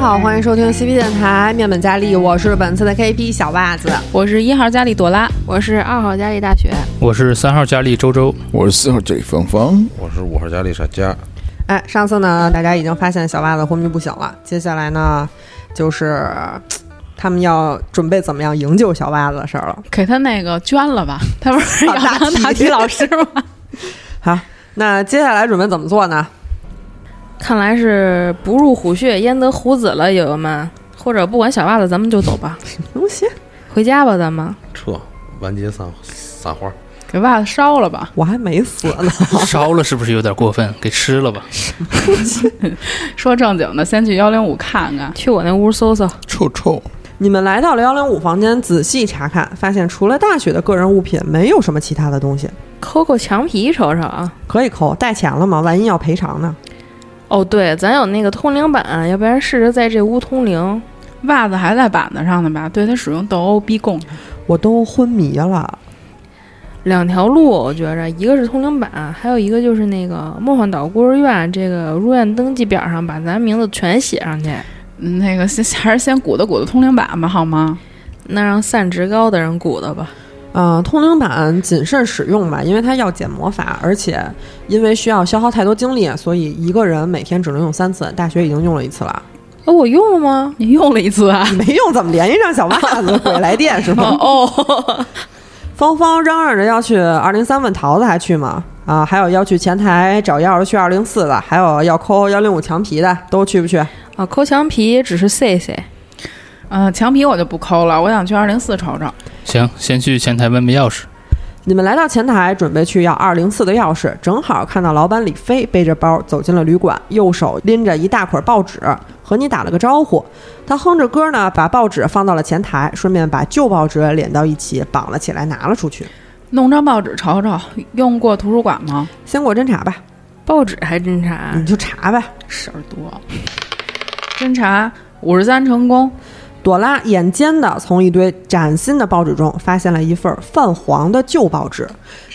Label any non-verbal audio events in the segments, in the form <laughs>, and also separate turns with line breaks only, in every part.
好，欢迎收听 CP 电台面本佳丽，我是本次的 KP 小袜子。
我是一号佳丽朵拉，
我是二号佳丽大学，
我是三号佳丽周周，
我是四号这芳芳，
我是五号佳丽傻佳，
哎，上次呢，大家已经发现小袜子昏迷不醒了，接下来呢，就是嘖他们要准备怎么样营救小袜子的事儿了。
给他那个捐
<laughs>
了吧，他不是要
大
当
题
大体老师吗？
好，那接下来准备怎么做呢？
看来是不入虎穴焉得虎子了，友友们。或者不管小袜子，咱们就走吧，
东西，
回家吧，咱们。
撤，完结散散花，
给袜子烧了吧，
我还没死呢。 <laughs>
烧了是不是有点过分？给吃了吧。
说正经的，先去幺零五看看。
去我那屋搜搜，
臭臭，
你们来到了幺零五房间，仔细查看，发现除了大雪的个人物品，没有什么其他的东西
抠抠墙皮瞅瞅啊。
可以扣。带钱了吗？万一要赔偿呢？
哦，对，咱有那个通灵板，要不然试着在这屋通灵。
袜子还在板子上呢吧？对他使用斗殴逼供，
我都昏迷了。
两条路，我觉着一个是通灵板，还有一个就是那个梦幻岛孤儿院这个入院登记表上把咱名字全写上去，
嗯那个先 <laughs> 还是先鼓捣鼓捣通灵板吧，好吗？
那让散值高的人鼓捣吧。
呃，通灵板谨慎使用吧，因为它要减魔法，而且因为需要消耗太多精力，所以一个人每天只能用三次。大学已经用了一次了，
哦，我用了吗？
你用了一次啊？
你没用怎么联系上小袜子鬼来电
<laughs>
是吗？
哦，
芳芳嚷嚷着要去二零三问桃子，还去吗？啊，还有要去前台找钥匙去二零四的，还有要抠幺零五墙皮的，都去不去？
啊，抠墙皮只是 C C，
嗯、墙皮我就不抠了，我想去二零四瞅瞅。
行，先去前台问问钥匙。
你们来到前台，准备去要二零四的钥匙，正好看到老板李飞背着包走进了旅馆，右手拎着一大捆报纸，和你打了个招呼。他哼着歌呢，把报纸放到了前台，顺便把旧报纸敛到一起绑了起来，拿了出去。
弄张报纸瞅瞅，用过图书馆吗？
先给我侦查吧，
报纸还真啊查
你。就查呗。
事儿多。侦查五十三成功，
朵拉眼尖的从一堆崭新的报纸中发现了一份泛黄的旧报纸。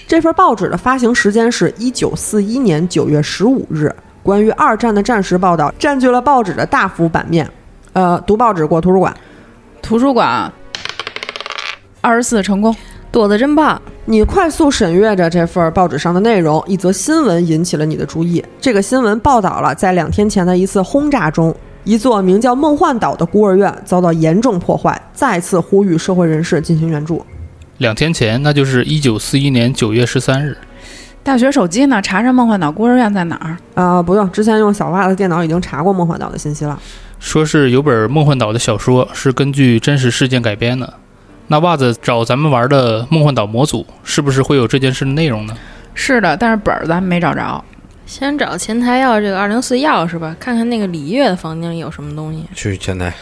这份报纸的发行时间是一九四一年九月十五日。关于二战的战时报道占据了报纸的大幅版面。呃，读报纸过图书馆，
图书馆二十四成功。
躲得真棒，
你快速审阅着这份报纸上的内容，一则新闻引起了你的注意。这个新闻报道了在两天前的一次轰炸中，一座名叫梦幻岛的孤儿院遭到严重破坏，再次呼吁社会人士进行援助。
两天前，那就是一九四一年九月十三日。
大学手机呢？查查梦幻岛孤儿院在哪儿？
啊，不用，之前用小袜子电脑已经查过梦幻岛的信息了。
说是有本《梦幻岛》的小说是根据真实事件改编的。那袜子找咱们玩的《梦幻岛》模组，是不是会有这件事的内容呢？
是的，但是本儿咱们没找着。
先找前台要这个二零四钥匙吧，看看那个李月的房间里有什么东西。
去前台，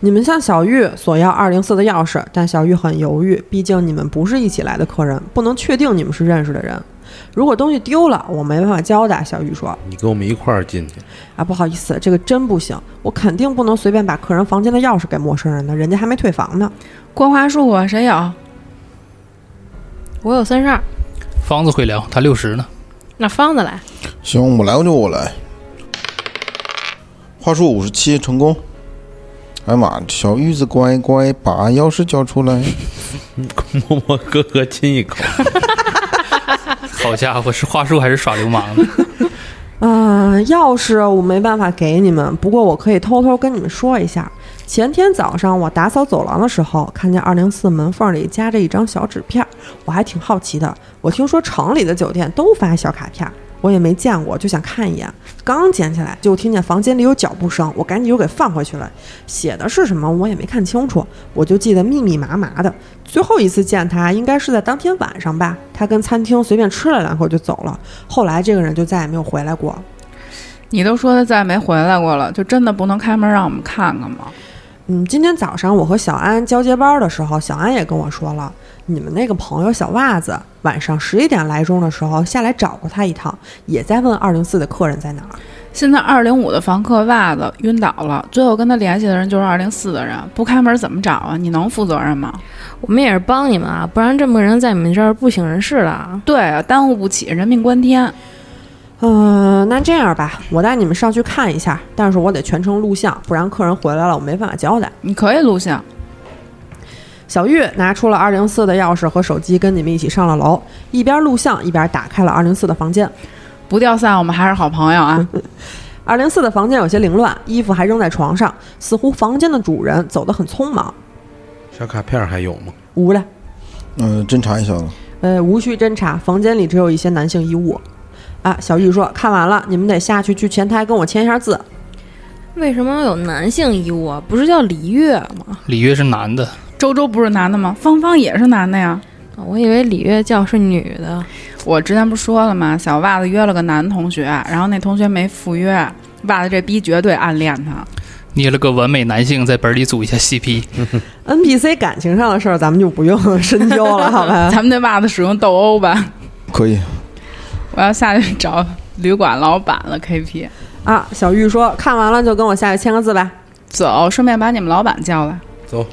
你们向小玉索要二零四的钥匙，但小玉很犹豫，毕竟你们不是一起来的客人，不能确定你们是认识的人。如果东西丢了，我没办法交代。小玉说
你跟我们一块儿进 <laughs> 去，：“
啊，不好意思，这个真不行，我肯定不能随便把客人房间的钥匙给陌生人的，人家还没退房呢。
光华树啊，谁有？
我有三十二，
方子会聊，他六十呢。
那方子来。
行，我来我就我来。话术五十七成功。哎妈，小玉子乖乖，把钥匙交出来。
摸摸哥哥亲一口，
好家伙，是话术还是耍流氓 <laughs> 呢？
啊，钥匙我没办法给你们，不过我可以偷偷跟你们说一下。前天早上我打扫走廊的时候，看见二零四门缝里夹着一张小纸片儿，我还挺好奇的。我听说城里的酒店都发小卡片儿，我也没见过，就想看一眼。刚捡起来就听见房间里有脚步声，我赶紧又给放回去了。写的是什么我也没看清楚，我就记得密密麻麻的。最后一次见他应该是在当天晚上吧，他跟餐厅随便吃了两口就走了。后来这个人就再也没有回来过。
你都说他再也没回来过了，就真的不能开门让我们看看吗？
嗯，今天早上我和小安交接班的时候，小安也跟我说了，你们那个朋友小袜子晚上十一点来钟的时候下来找过他一趟，也在问二零四的客人在哪儿。
现在二零五的房客袜子晕倒了，最后跟他联系的人就是二零四的人，不开门怎么找啊？你能负责任吗？
我们也是帮你们啊，不然这么个人在你们这儿不省人事了啊。
对啊，耽误不起，人命关天。
嗯、那这样吧，我带你们上去看一下，但是我得全程录像，不然客人回来了我没办法交代。
你可以录像，
小玉拿出了二零四的钥匙和手机，跟你们一起上了楼，一边录像一边打开了二零四的房间。
不掉散，我们还是好朋友 <laughs> 啊。
二零四的房间有些凌乱，衣服还扔在床上，似乎房间的主人走得很匆忙。
小卡片还有吗？
无了，
嗯，侦查一下子。
呃，无需侦查，房间里只有一些男性衣物。啊，小玉说看完了，你们得下去去前台跟我签一下字。
为什么有男性衣物啊？不是叫璃月吗？
里约是男的，
周周不是男的吗？芳芳也是男的呀。
我以为璃月教是女的。
我之前不是说了吗？小袜子约了个男同学，然后那同学没赴约，袜子这逼绝对暗恋他。
捏了个完美男性在本里组一下 CP，
NPC 感情上的事儿咱们就不用 <laughs> 深究了，好
<laughs>
吧？
咱们对袜子使用斗殴吧。
可以，
我要下去找旅馆老板了，KP。
啊，小玉说看完了就跟我下去签个字吧。
走，顺便把你们老板叫来。
走，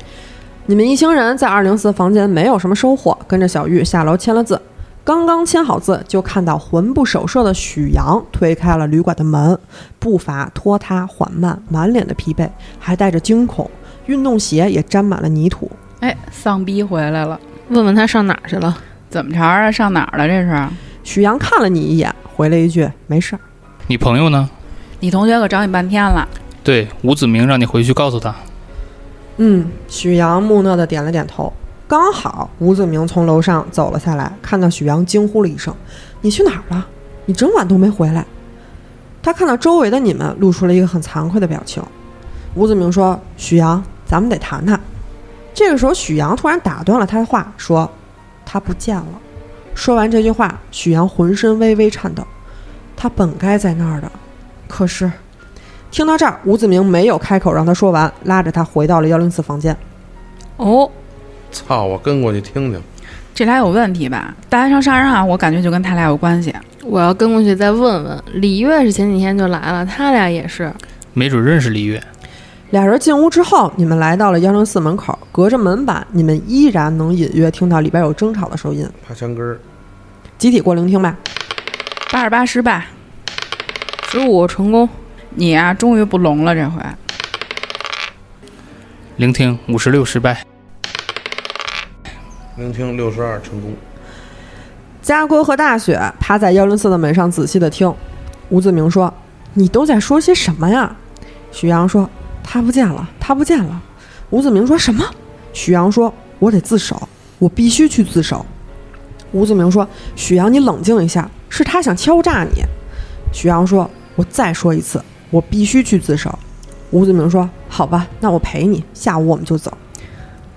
你们一行人在二零四房间没有什么收获，跟着小玉下楼签了字。刚刚签好字，就看到魂不守舍的许阳推开了旅馆的门，步伐拖沓缓慢，满脸的疲惫，还带着惊恐，运动鞋也沾满了泥土。
哎，丧逼回来了，
问问他上哪儿去了？
怎么着啊？上哪儿了？这是
许阳看了你一眼，回了一句：“没事儿。
你朋友呢？
你同学可找你半天了。
对，吴子明让你回去告诉他。”
嗯，许阳木讷的点了点头。刚好吴子明从楼上走了下来，看到许阳，惊呼了一声：“你去哪儿了？你整晚都没回来。”他看到周围的你们，露出了一个很惭愧的表情。吴子明说：“许阳，咱们得谈谈。”这个时候，许阳突然打断了他的话，说：“他不见了。”说完这句话，许阳浑身微微颤抖。他本该在那儿的，可是听到这儿，吴子明没有开口让他说完，拉着他回到了幺零四房间。
哦，
操！我跟过去听听。
这俩有问题吧？大学生杀人案，啊我感觉就跟他俩有关系。
我要跟过去再问问。璃月是前几天就来了，他俩也是。
没准认识李月，
俩人进屋之后，你们来到了幺零四门口，隔着门板，你们依然能隐约听到里边有争吵的声音。
爬墙根儿，
集体过聆听吧。
八十八失败，
十五成功，
你呀、终于不聋了这回。
聆听五十六失败，
聆听六十二成功。
家哥和大雪趴在幺零四的门上仔细的听。吴子明说：“你都在说些什么呀？”许阳说：“他不见了，他不见了。”吴子明说什么？许阳说：“我得自首，我必须去自首。”吴子明说：“许阳，你冷静一下，是他想敲诈你。”许阳说：“我再说一次，我必须去自首。”吴子明说：“好吧，那我陪你，下午我们就走。”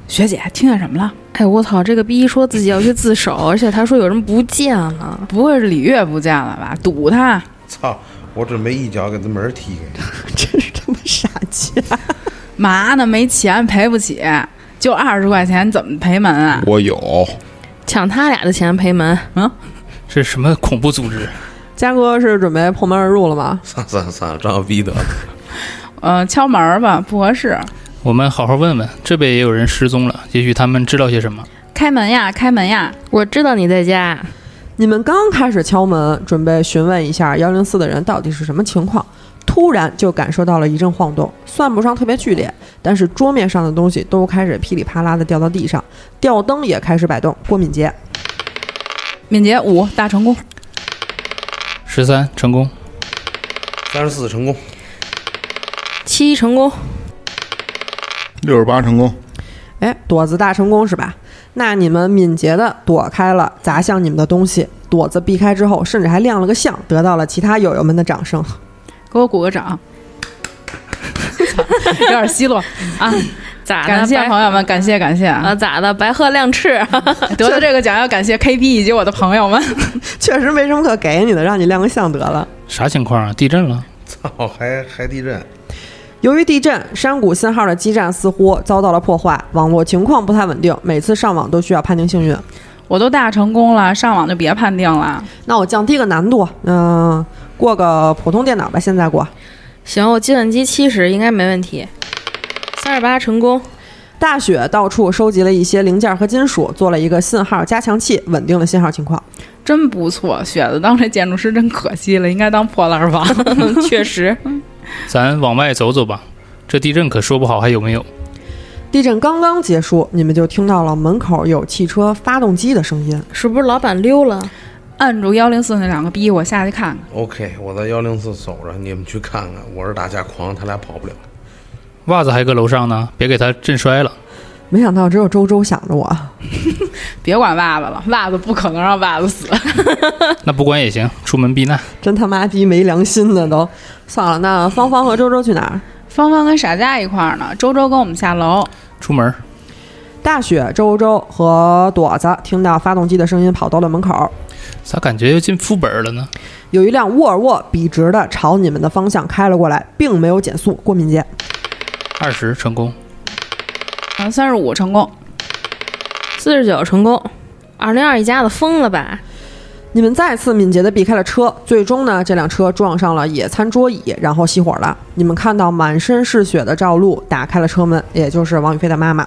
学姐听见什么了？
哎，我操！这个逼说自己要去自首，而且他说有人不见了。
不会是李月不见了吧？堵他！
操！我准备一脚给他门儿踢开。
真是他妈傻贱！
嘛呢？没钱赔不起，就二十块钱，怎么赔门啊？
我有，
抢他俩的钱赔门，
是什么恐怖组织？
嘉哥是准备破门而入了吗？
算了算了算了，让我逼得了。
呃，敲门儿吧，不合适。
我们好好问问，这边也有人失踪了，也许他们知道些什么。
开门呀，开门呀！
我知道你在家。
你们刚开始敲门，准备询问一下幺零四的人到底是什么情况，突然就感受到了一阵晃动，算不上特别剧烈，但是桌面上的东西都开始噼里啪啦的掉到地上，吊灯也开始摆动。郭敏杰，
敏捷五大成功，
十三成功，
三十四成功，
七成功，
六十八成功，
哎，躲子大成功是吧？那你们敏捷的躲开了砸向你们的东西，躲子避开之后，甚至还亮了个相，得到了其他友友们的掌声。 <laughs>
给我鼓个掌。 <laughs> 有点奚落，
咋的？
感谢
白
朋友们，感谢感谢
啊！
啊！
咋的？白鹤亮翅，
<laughs>
<laughs>
得了这个奖要感谢 KP 以及我的朋友们。
确实没什么可给你的，让你亮个相得了。
啥情况啊？地震了？
操！还还地震，
由于地震，山谷信号的基站似乎遭到了破坏，网络情况不太稳定，每次上网都需要判定幸运。
我都大成功了，上网就别判定了。
那我降低个难度，嗯、过个普通电脑吧，现在过。
行，我计算机七十应该没问题。三十八成功，
大雪到处收集了一些零件和金属，做了一个信号加强器，稳定了信号情况。
真不错。雪子当这建筑师真可惜了，应该当破烂王。
确
<laughs>
实，
咱往外走走吧，这地震可说不好还有没有。
地震刚刚结束，你们就听到了门口有汽车发动机的声音。
是不是老板溜了？
按住幺零四那两个逼，我下去看看。
OK，我在幺零四守着，你们去看看。我是打架狂，他俩跑不了。 <laughs>
袜子还搁楼上呢，别给它震摔了。
没想到只有周周想着我，
别管袜子了，袜子不可能让袜子死。
那不管也行，出门避难。
真他妈逼没良心的都。算了，那芳芳和周周去哪儿？
芳芳跟傻家一块儿呢，周周跟我们下楼。
出门，
大雪、周周和朵子听到发动机的声音，跑到了门口。
咋感觉又进副本了呢？
有一辆沃尔沃笔直的朝你们的方向开了过来，并没有减速。过敏捷，
二十成功，
嗯，三十五成功。
四十九成功。二零二一家子疯了吧？
你们再次敏捷地避开了车，最终呢，这辆车撞上了野餐桌椅，然后熄火了。你们看到满身是血的赵露打开了车门，也就是王宇飞的妈妈，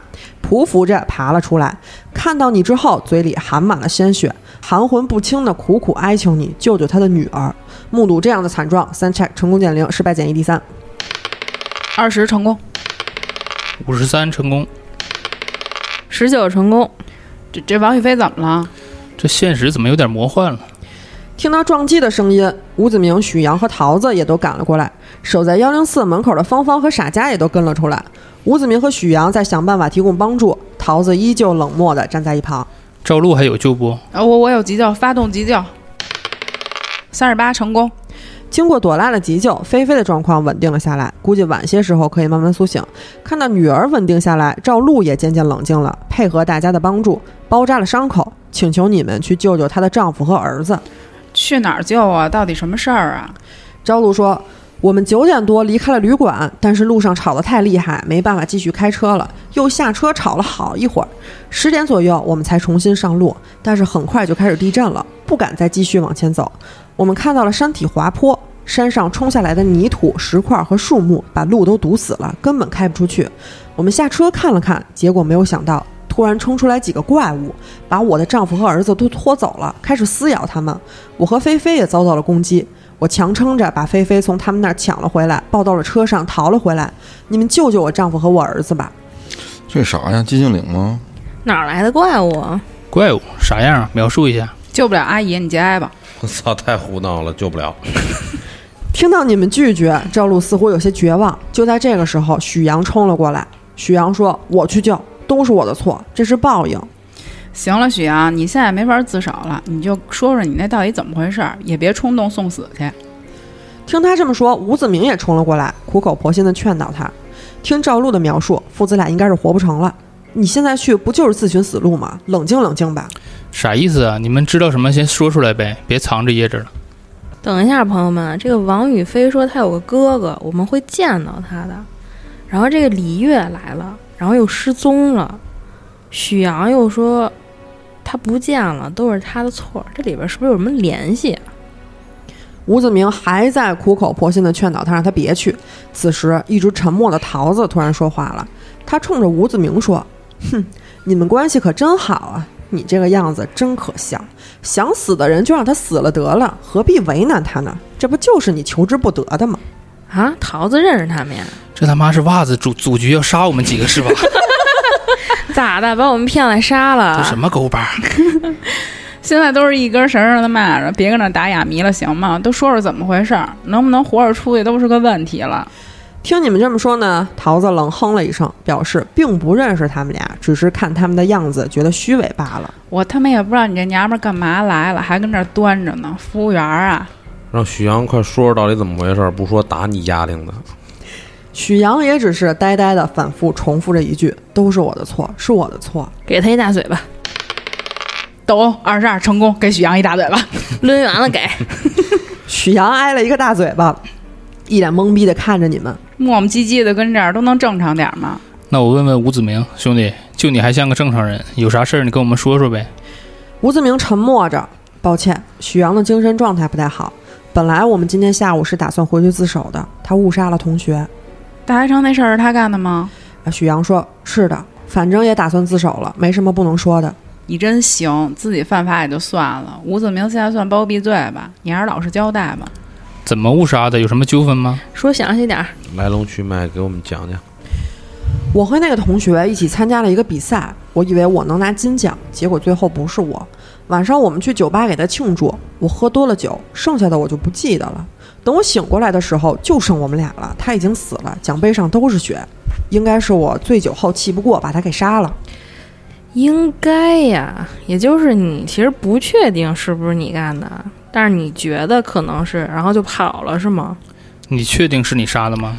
匍匐着爬了出来。看到你之后，嘴里含满了鲜血，含混不清地苦苦哀求你救救他的女儿。目睹这样的惨状，三 check 成功减零，失败减一第三。
二十成功，
五十三成功。
十九成功。
这这王宇飞怎么了？
这现实怎么有点魔幻了？
听到撞击的声音，吴子明、许阳和桃子也都赶了过来，守在幺零四门口的芳芳和傻家也都跟了出来。吴子明和许阳在想办法提供帮助，桃子依旧冷漠地站在一旁。
赵露还有救不？
啊，我我有急救，发动急救。三十八成功，
经过朵拉的急救，菲菲的状况稳定了下来，估计晚些时候可以慢慢苏醒。看到女儿稳定下来，赵露也渐渐冷静了，配合大家的帮助，包扎了伤口，请求你们去救救她的丈夫和儿子。
去哪儿救啊？到底什么事儿啊？
赵露说：“我们九点多离开了旅馆，但是路上吵得太厉害，没办法继续开车了，又下车吵了好一会儿。十点左右我们才重新上路，但是很快就开始地震了，不敢再继续往前走。我们看到了山体滑坡，山上冲下来的泥土、石块和树木把路都堵死了，根本开不出去。我们下车看了看，结果没有想到。”突然冲出来几个怪物，把我的丈夫和儿子都拖走了，开始撕咬他们。我和菲菲也遭到了攻击，我强撑着把菲菲从他们那儿抢了回来，抱到了车上逃了回来。你们救救我丈夫和我儿子吧！
这啥呀？寂静岭吗？
哪儿来的怪物啊？
怪物啥样啊？描述一下。
救不了阿姨，你节哀吧。
我操，太胡闹了，救不了。
听到你们拒绝，赵露似乎有些绝望。就在这个时候，许阳冲了过来。许阳说：“我去救，都是我的错，这是报应。
行了，许阳，你现在没法自首了，你就说说你那到底怎么回事儿，也别冲动送死去。”
听他这么说，吴子明也冲了过来，苦口婆心地劝导他。听赵露的描述，父子俩应该是活不成了。你现在去不就是自寻死路吗？冷静冷静吧。
啥意思啊？你们知道什么先说出来呗，别藏着掖着了。
等一下，朋友们，这个王宇飞说他有个哥哥，我们会见到他的。然后这个李月来了，然后又失踪了。许阳又说他不见了，都是他的错。这里边是不是有什么联系啊？
吴子明还在苦口婆心地劝导他，让他别去。此时，一直沉默的桃子突然说话了，他冲着吴子明说：“哼，你们关系可真好啊！你这个样子真可笑，想死的人就让他死了得了，何必为难他呢？这不就是你求之不得的吗？”
啊，桃子认识他们呀？
这他妈是袜子组组局要杀我们几个是吧？
咋的？把我们骗来杀
这
了
什？么狗巴？
现在都是一根绳儿的骂着，别跟那打哑谜了，行吗？都说说怎么回事儿，能不能活着出去都是个问题了。
听你们这么说呢，桃子冷哼了一声，表示并不认识他们俩，只是看他们的样子觉得虚伪罢了。
我他妈也不知道你这娘们儿干嘛来了，还跟这儿端着呢。服务员儿啊，
让许阳快说说到底怎么回事，不说打你丫挺的。
许阳也只是呆呆地反复重复着一句：“都是我的错，是我的错。”
给他一大嘴巴，
斗殴二十二成功，给许阳一大嘴巴。
抡圆了给。 <laughs>
许阳挨了一个大嘴巴，一脸懵逼的看着你们。
磨磨唧唧的跟这儿都能正常点儿吗？
那我问问吴子明兄弟，就你还像个正常人，有啥事儿你跟我们说说呗。
吴子明沉默着，抱歉，许阳的精神状态不太好。本来我们今天下午是打算回去自首的，他误杀了同学。
大学城那事儿是他干的吗？
啊，许阳说：“是的，反正也打算自首了，没什么不能说的。
你真行，自己犯法也就算了，吴子明现在算包庇罪吧，你还是老实交代吧。
怎么误杀的？有什么纠纷吗？
说详细点儿，
来龙去脉给我们讲讲。
我和那个同学一起参加了一个比赛，我以为我能拿金奖，结果最后不是我。晚上我们去酒吧给他庆祝，我喝多了酒，剩下的我就不记得了。等我醒过来的时候，就剩我们俩了，他已经死了，奖杯上都是血，应该是我醉酒后气不过把他给杀了。
应该呀，也就是你其实不确定是不是你干的，但是你觉得可能是，然后就跑了是吗？
你确定是你杀的吗？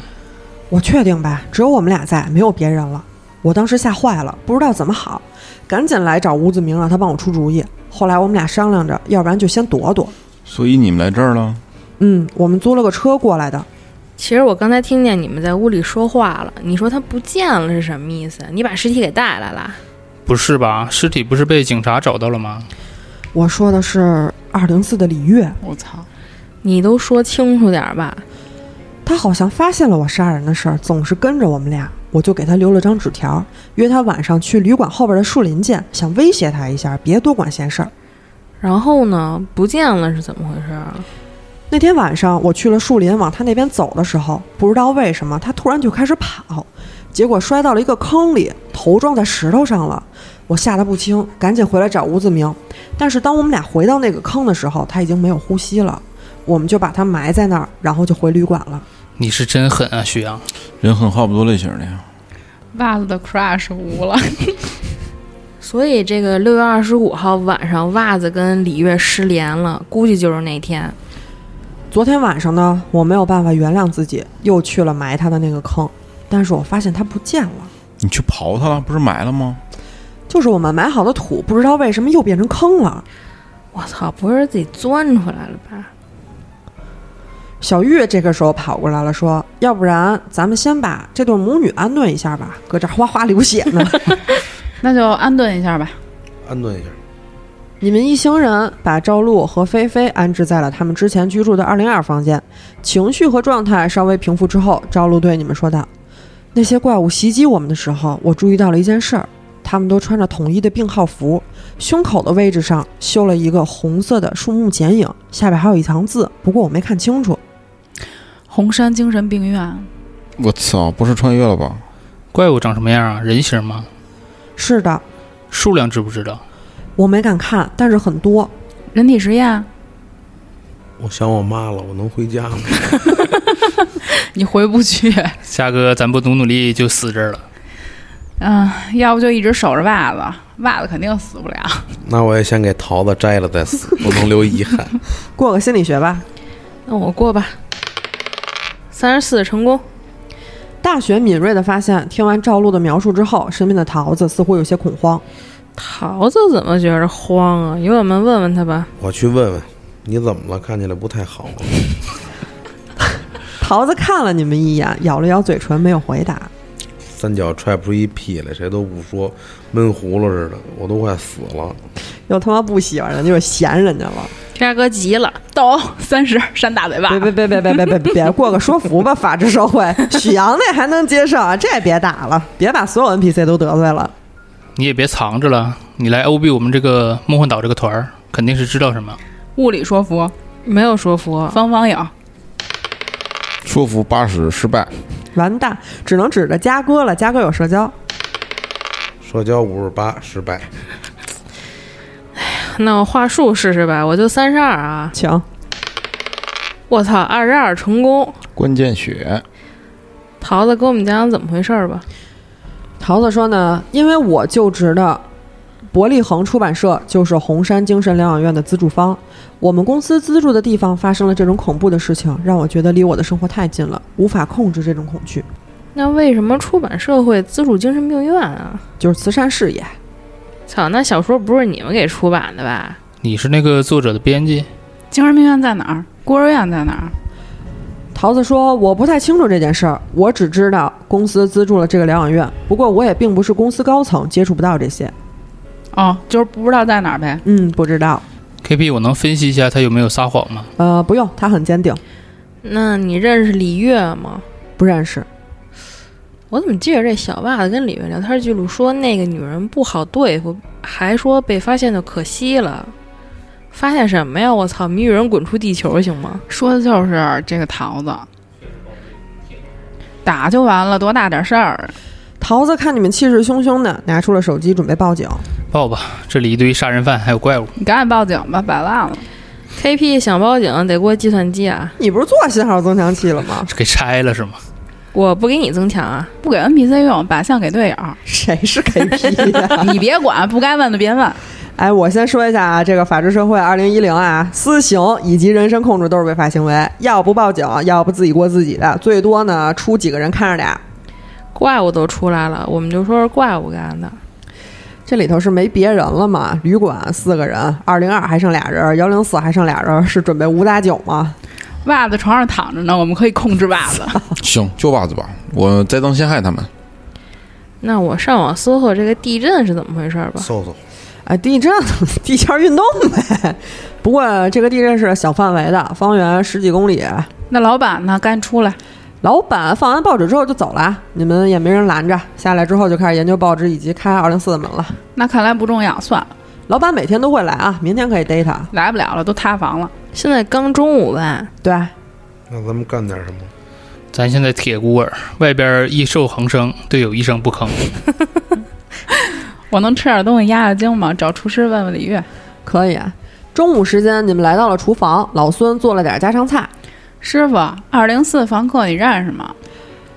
我确定吧，只有我们俩在，没有别人了。我当时吓坏了，不知道怎么好，赶紧来找吴子明，让他帮我出主意。后来我们俩商量着，要不然就先躲躲。
所以你们来这儿了？
嗯，我们租了个车过来的，
其实我刚才听见你们在屋里说话了，你说他不见了是什么意思？你把尸体给带来了？
不是吧？尸体不是被警察找到了吗？
我说的是二零四的李月，
我操！
你都说清楚点儿吧。
他好像发现了我杀人的事儿，总是跟着我们俩。我就给他留了张纸条，约他晚上去旅馆后边的树林见，想威胁他一下，别多管闲事儿。
然后呢，不见了是怎么回事啊？
那天晚上我去了树林，往他那边走的时候，不知道为什么他突然就开始跑，结果摔到了一个坑里，头撞在石头上了。我吓得不轻，赶紧回来找吴子明。但是当我们俩回到那个坑的时候，他已经没有呼吸了，我们就把他埋在那儿，然后就回旅馆了。
你是真狠啊，徐阳！
人很话不多类型的呀。
袜子的 crush 无 <laughs> 了，
所以这个六月二十五号晚上，袜子跟李月失联了，估计就是那天。
昨天晚上呢，我没有办法原谅自己，又去了埋他的那个坑，但是我发现他不见了，
你去刨它了，不是埋了吗？
就是我们埋好的土，不知道为什么又变成坑了。
我操，不会是自己钻出来了吧？
小玉这个时候跑过来了，说：“要不然咱们先把这对母女安顿一下吧，搁这儿哗哗流血呢。
那就安顿一下吧。
安顿一下，
你们一行人把赵露和菲菲安置在了他们之前居住的二零二房间，情绪和状态稍微平复之后，赵露对你们说道：“那些怪物袭击我们的时候，我注意到了一件事儿，他们都穿着统一的病号服，胸口的位置上绣了一个红色的树木剪影，下边还有一行字，不过我没看清楚。
红山精神病院，
我操，不是穿越了吧？
怪物长什么样啊？人形吗？
是的，
数量知不知道？
我没敢看，但是很多。
人体实验，
我想我妈了，我能回家吗？
你回不去。
夏哥，咱不努努力就死这儿了。
嗯，要不就一直守着袜子，袜子肯定死不了。
<laughs> 那我也先给桃子摘了再 <laughs> 死，不能留遗憾。
过个心理学吧。
那我过吧。三十四成功，
大雪敏锐地发现，听完赵露的描述之后，身边的桃子似乎有些恐慌。
桃子怎么觉着慌啊？一会儿我们问问他吧。
我去问问，你怎么了？看起来不太好。
桃子看了你们一眼，咬了咬嘴唇，没有回答。
三脚踹不出一屁来，谁都不说，闷葫芦似的，我都快死了。
又他妈不喜欢人家，又嫌人家了。
天哥急了，
斗殴三十扇大嘴巴
别，别别别别别别别别，过个说服吧，法治社会。许阳那还能接受啊，这也别打了，别把所有 NPC 都得罪了。
你也别藏着了，你来 OB 我们这个梦幻岛这个团儿，肯定是知道什么。
物理说服，
没有说服。
方方有。
说服八十失败，
完蛋，只能指着嘉哥了。嘉哥有社交，
社交五十八失败，
那我话术试试吧，我就三十二啊！
请
我操，二十二成功。
关键血，
桃子，给我们讲讲怎么回事儿吧。
桃子说呢，因为我就职的伯利恒出版社就是红山精神疗养院的资助方，我们公司资助的地方发生了这种恐怖的事情，让我觉得离我的生活太近了，无法控制这种恐惧，
那为什么出版社会资助精神病院啊？
就是慈善事业。
操，那小说不是你们给出版的吧？
你是那个作者的编辑，
精神病院在哪儿？孤儿院在哪儿？
桃子说：“我不太清楚这件事儿，我只知道公司资助了这个疗养院，不过我也并不是公司高层，接触不到这些。
哦，就是不知道在哪儿呗。
嗯，不知道。
KP，我能分析一下他有没有撒谎吗？
呃，不用，他很坚定，
那你认识李月吗？
不认识。
我怎么记着这小袜子跟里面聊天记录说那个女人不好对付，还说被发现就可惜了。发现什么呀？我操！谜语人滚出地球行吗？
说的就是这个桃子，打就完了，多大点事儿？啊
桃子看你们气势汹汹的，拿出了手机准备报警。
报吧，这里一堆杀人犯，还有怪物。
你赶紧报警吧，摆烂了。
KP 想报警得过计算机啊！
你不是做信号增强器了吗？
这给拆了是吗？
我不给你增强啊！
不给 NPC 用，靶向给队友。
<laughs> 谁是 KP 呀、
你别管，不该问的别问。
<laughs> 哎，我先说一下啊，这个法治社会二零一零啊，私刑以及人身控制都是违法行为，要不报警，要不自己过自己的，最多呢出几个人看着俩。
怪物都出来了，我们就说是怪物干的。
这里头是没别人了嘛？旅馆四个人，二零二还剩俩人，幺零四还剩俩人，是准备五打九吗？
袜子床上躺着呢，我们可以控制袜子。
行，就袜子吧，我栽赃陷害他们。
那我上网搜搜这个地震是怎么回事儿吧。
搜搜，
啊，地震，地壳运动呗。 <laughs> 不过这个地震是小范围的，方圆十几公里。
那老板呢？赶紧出来！
老板放完报纸之后就走了，你们也没人拦着。下来之后就开始研究报纸以及开二零四的门了。
那看来不重要，算了，
老板每天都会来啊，明天可以逮他。
来不了了，都塌房了。
现在刚中午吧，
对，
那咱们干点什么？
咱现在铁孤儿，外边异兽横生，队友一声不吭。
我能吃点东西压压惊吗？找厨师问问李月。
可以。啊中午时间，你们来到了厨房，老孙做了点家常菜。
师傅，二零四房客你认识吗？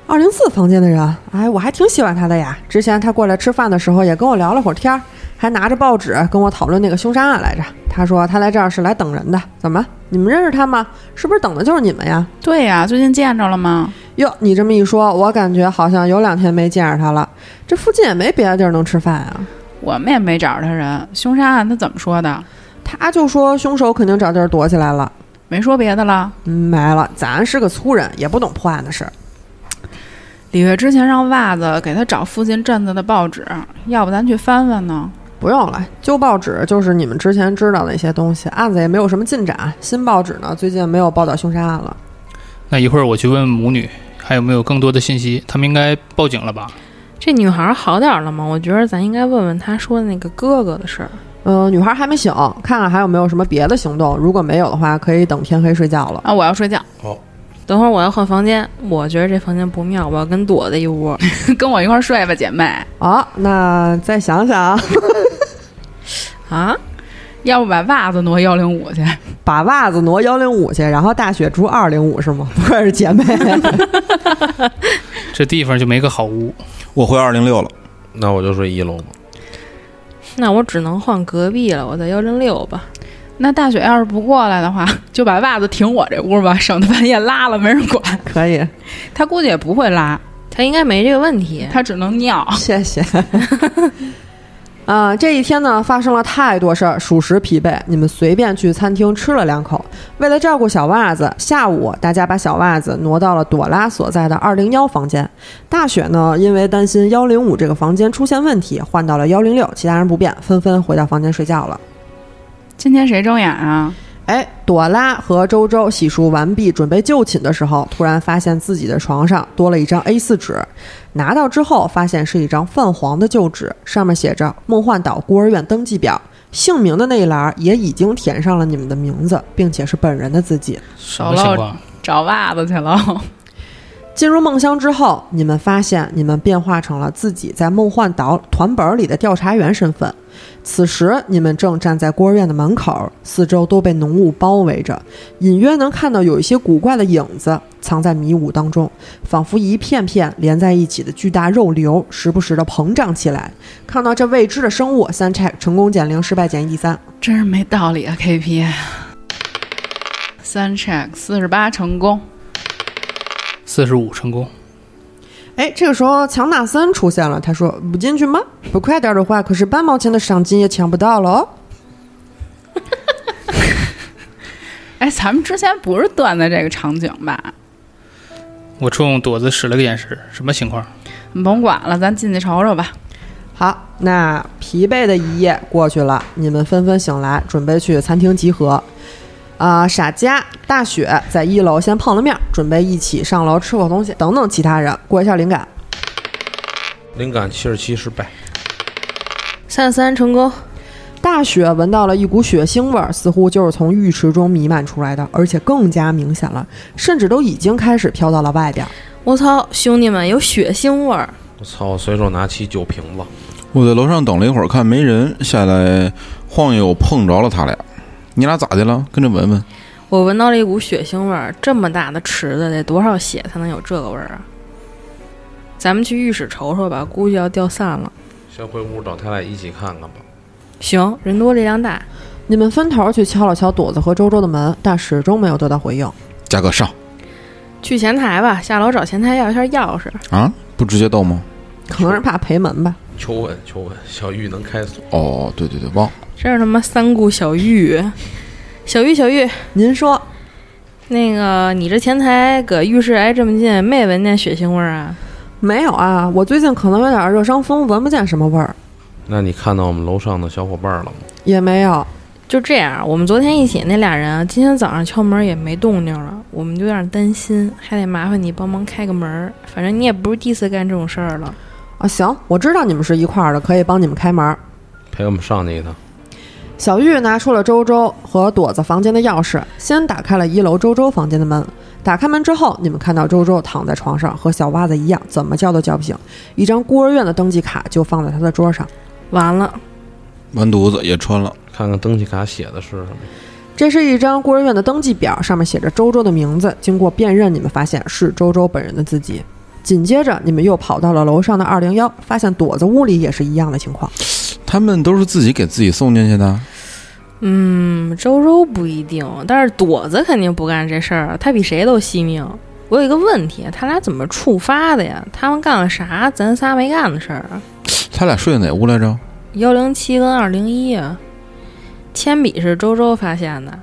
二零四房间的人，哎，我还挺喜欢他的呀。之前他过来吃饭的时候也跟我聊了会儿天儿，还拿着报纸跟我讨论那个凶杀案来着。他说他来这儿是来等人的，怎么你们认识他吗？是不是等的就是你们呀？
对呀、最近见着了吗？
哟，你这么一说，我感觉好像有两天没见着他了。这附近也没别的地儿能吃饭啊。
我们也没找着他人。凶杀案他怎么说的？
他就说凶手肯定找地儿躲起来了。
没说别的了。
嗯，没了，咱是个粗人，也不懂破案的事儿。
李月之前让袜子给他找附近镇子的报纸，要不咱去翻翻呢？
不用了，旧报纸就是你们之前知道的一些东西，案子也没有什么进展。新报纸呢，最近没有报道凶杀案了。
那一会儿我去问问母女，还有没有更多的信息？他们应该报警了吧？
这女孩儿好点儿了吗？我觉得咱应该问问她说的那个哥哥的事儿。
嗯、女孩还没醒，看看还有没有什么别的行动。如果没有的话，可以等天黑睡觉了。
啊，我要睡觉， <laughs>
等会儿我要换房间，我觉得这房间不妙，我要跟朵子一屋。
跟我一块儿睡吧，姐妹。
啊，那再想想， <laughs>
啊，
要不把袜子挪幺零五去？
把袜子挪幺零五去，然后大雪住二零五是吗？ <laughs> 不愧是姐妹。
这地方就没个好屋。
我回二零六了，
那我就睡一楼吧。
那我只能换隔壁了，我在幺零六吧。
那大雪要是不过来的话， <laughs> 就把袜子停我这屋吧，省得半夜拉了没人管。
可以，
他估计也不会拉，
他应该没这个问题。
他只能尿。
谢谢。 <laughs> 啊，这一天呢，发生了太多事儿，属实疲惫。你们随便去餐厅吃了两口。为了照顾小袜子，下午大家把小袜子挪到了朵拉所在的二零幺房间。大雪呢，因为担心幺零五这个房间出现问题，换到了幺零六，其他人不变，纷纷回到房间睡觉了。
今天谁睁眼啊？
哎，朵拉和周周洗漱完毕，准备就寝的时候，突然发现自己的床上多了一张 A4 纸。拿到之后，发现是一张泛黄的旧纸，上面写着“梦幻岛孤儿院登记表”，姓名的那一栏也已经填上了你们的名字，并且是本人的字迹。
什么情况？
找袜子去了。
进入梦乡之后，你们发现你们变化成了自己在梦幻岛团本里的调查员身份。此时，你们正站在孤儿院的门口，四周都被浓雾包围着，隐约能看到有一些古怪的影子藏在迷雾当中，仿佛一片片连在一起的巨大肉瘤，时不时的膨胀起来。看到这未知的生物，三 check 成功减零，失败减一三。
<laughs> 真是没道理啊，KP。三 check 四十八成功，
四十五成功。
哎，这个时候强纳森出现了，他说：“不进去吗？不快点的话，可是半毛钱的赏金也抢不到了哦。”
哎，咱们之前不是断的这个场景吧？
我冲朵子使了个眼神，什么情况？
你甭管了，咱进去瞅瞅吧。
好，那疲惫的一夜过去了，你们纷纷醒来，准备去餐厅集合。啊、傻佳、大雪在一楼先碰了面，准备一起上楼吃口东西，等等其他人过一下灵感。
灵感七十七失败，
三十三成功，
大雪闻到了一股血腥味儿，似乎就是从浴池中弥漫出来的，而且更加明显了，甚至都已经开始飘到了外边。
我操，兄弟们有血腥味儿，
我操！我随手拿起酒瓶子，
我在楼上等了一会儿，看没人，下来晃悠碰着了他俩。你俩咋的了？跟着闻闻。
我闻到了一股血腥味儿。这么大的池子得多少血才能有这个味儿啊？咱们去浴室瞅瞅吧，估计要掉散了。
先回屋找他俩一起看看吧。
行，人多力量大，
你们分头去敲了敲朵子和周周的门，但始终没有得到回应。
嘉哥上
去前台吧，下楼找前台要一下钥匙。
啊？不直接到吗？
可能是怕赔门吧。
求稳，求稳，小玉能开锁。
哦，对对对，忘了。
真是他妈三顾小玉，小玉小玉，
您说，
那个你这前台搁浴室挨这么近，没闻见血腥味儿啊？
没有啊，我最近可能有点热伤风，闻不见什么味儿，
那你看到我们楼上的小伙伴了吗？
也没有。
就这样，啊我们昨天一起那俩人啊，今天早上敲门也没动静了，我们就有点担心，还得麻烦你帮忙开个门儿。反正你也不是第一次干这种事儿了。
啊，行，我知道你们是一块儿的，可以帮你们开门。
陪我们上去一趟。
小玉拿出了周周和朵子房间的钥匙，先打开了一楼周周房间的门。打开门之后，你们看到周周躺在床上，和小袜子一样，怎么叫都叫不醒。一张孤儿院的登记卡就放在他的桌上。
完了，
完犊子也穿了。
看看登记卡写的是什么。
这是一张孤儿院的登记表，上面写着周周的名字。经过辨认，你们发现是周周本人的自己。紧接着，你们又跑到了楼上的二零幺，发现朵子屋里也是一样的情况。
他们都是自己给自己送进去的。
嗯，周周不一定，但是朵子肯定不干这事儿，啊他比谁都惜命。我有一个问题，他俩怎么触发的呀？他们干了啥咱仨没干的事儿啊？
他俩睡哪屋来着？
幺零七跟二零一啊，铅笔是周周发现的，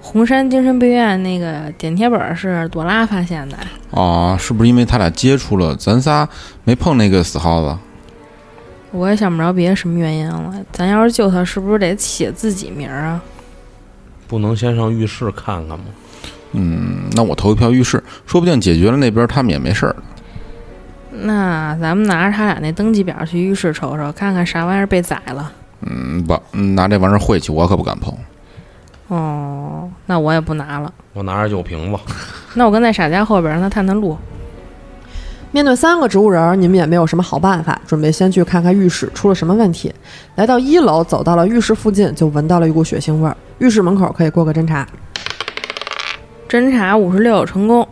红山精神病院那个点贴本是朵拉发现的，
啊，是不是因为他俩接触了？咱仨没碰那个死耗子。
我也想不着别的什么原因了。咱要是救他，是不是得写自己名儿啊？
不能先上浴室看看吗？
嗯，那我投一票浴室，说不定解决了那边他们也没事儿。
那咱们拿着他俩那登记表去浴室瞅瞅，看看啥玩意儿被宰了。
嗯，不，嗯拿这玩意儿晦气，我可不敢碰。
哦，那我也不拿了。
我拿着酒瓶子，
那我跟在傻家后边，让他探探路。
面对三个植物人儿，你们也没有什么好办法，准备先去看看浴室出了什么问题。来到一楼，走到了浴室附近，就闻到了一股血腥味儿。浴室门口可以过个侦查。
侦查五十六成功，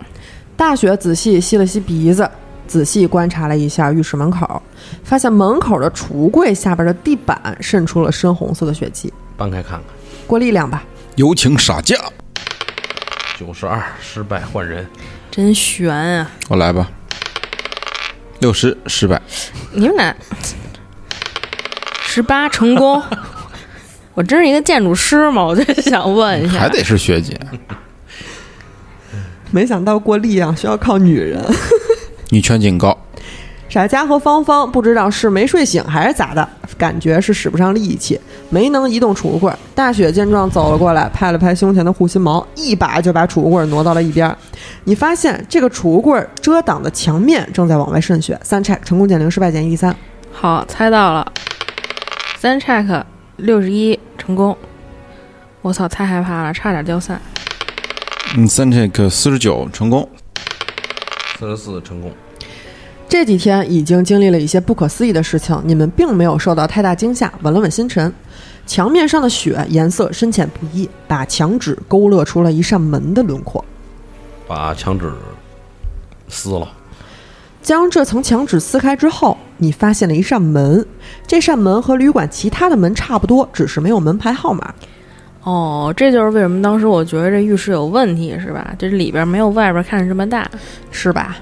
大雪仔细吸了吸鼻子，仔细观察了一下浴室门口，发现门口的橱柜下边的地板渗出了深红色的血迹。
搬开看看。
过力量吧，
有请傻架，
九十二失败换人，
真悬啊！
我来吧。六十失败，
你们俩十八成功，我真是一个建筑师吗？我就想问一
还
下，
得是学姐。
没想到过力量需要靠女人。
女权警告，
傻家和芳芳不知道是没睡醒还是咋的，感觉是使不上力气，没能移动储物柜。大雪见状走了过来，拍了拍胸前的护心毛，一把就把储物柜挪到了一边。你发现这个储物柜遮挡的墙面正在往外渗血。三 check 成功减零，失败减一，第三。
好，猜到了，三 check 六十一成功，我操，太害怕了，差点掉散。
嗯，三 check 四十九成功，
四十四成功。
这几天已经经历了一些不可思议的事情，你们并没有受到太大惊吓，稳了稳心神。墙面上的血颜色深浅不一，把墙纸勾勒出了一扇门的轮廓。
把墙纸撕了，
将这层墙纸撕开之后，你发现了一扇门。这扇门和旅馆其他的门差不多，只是没有门牌号码。
哦，这就是为什么当时我觉得这浴室有问题，是吧？这里边没有外边看着这么大。
是吧？